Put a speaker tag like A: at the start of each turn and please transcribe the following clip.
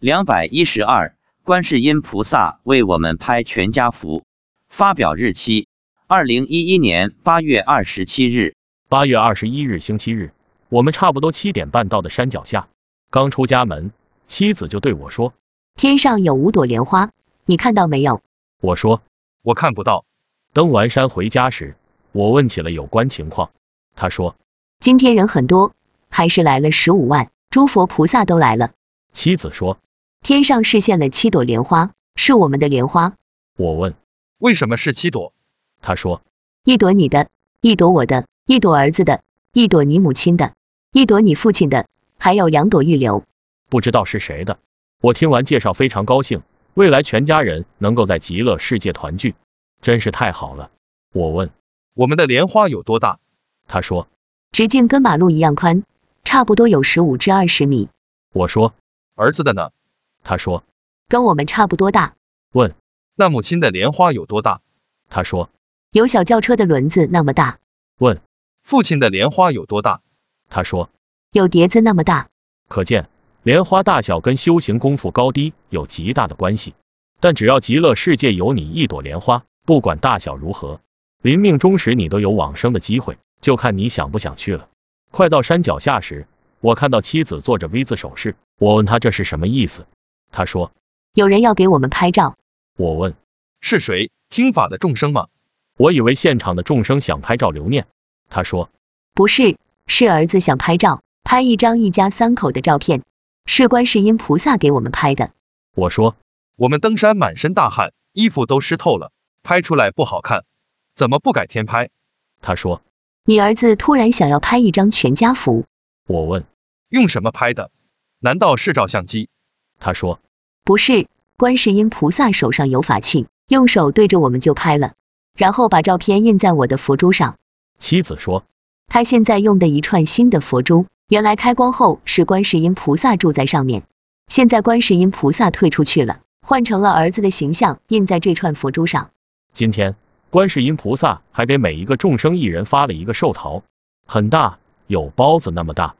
A: 两百一十二，观世音菩萨为我们拍全家福。发表日期：二零一一年八月二十七日。
B: 八月二十一日，星期日，我们差不多七点半到的山脚下。刚出家门，妻子就对我说
C: 天上有五朵莲花，你看到没有？：“
B: 我说，
D: 我看不到。
B: 登完山回家时，我问起了有关情况。他说，
C: 今天人很多，还是来了十五万，诸佛菩萨都来了。
B: 妻子说。
C: 天上视现了七朵莲花，是我们的莲花，
B: 我问，
D: 为什么是七朵？
B: 他说，
C: 一朵你的，一朵我的，一朵儿子的，一朵你母亲的，一朵你父亲的，还有两朵预留。
B: 不知道是谁的。我听完介绍非常高兴，未来全家人能够在极乐世界团聚，真是太好了。我问，
D: 我们的莲花有多大？
B: 他说，
C: 直径跟马路一样宽，差不多有十五至二十米，
B: 我说，
D: 儿子的呢？
B: 他说，
C: 跟我们差不多大，
D: 那母亲的莲花有多大？
B: 他说，
C: 有小轿车的轮子那么大，
D: 父亲的莲花有多大？
B: 他说，
C: 有碟子那么大。
B: 可见莲花大小跟修行功夫高低有极大的关系。但只要极乐世界有你一朵莲花，不管大小如何，临命终时你都有往生的机会，就看你想不想去了。快到山脚下时，我看到妻子做着 V 字手势，我问她这是什么意思，她说，
C: 有人要给我们拍照，
B: 我问。
D: 是谁？听法的众生吗？
B: 我以为现场的众生想拍照留念。他说，
C: 不是，是儿子想拍照，拍一张一家三口的照片，是观世音菩萨给我们拍的。
B: 我说，
D: 我们登山满身大汗，衣服都湿透了，拍出来不好看。怎么不改天拍？
B: 他说，
C: 你儿子突然想要拍一张全家福，
B: 我问，
D: 用什么拍的？难道是照相机？
B: 他说，
C: 不是，观世音菩萨手上有法器，用手对着我们就拍了，然后把照片印在我的佛珠上。
B: 妻子说，
C: 他现在用的一串新的佛珠，原来开光后是观世音菩萨住在上面，现在观世音菩萨退出去了，换成了儿子的形象印在这串佛珠上。
B: 今天观世音菩萨还给每一个众生一人发了一个寿桃，很大，有包子那么大。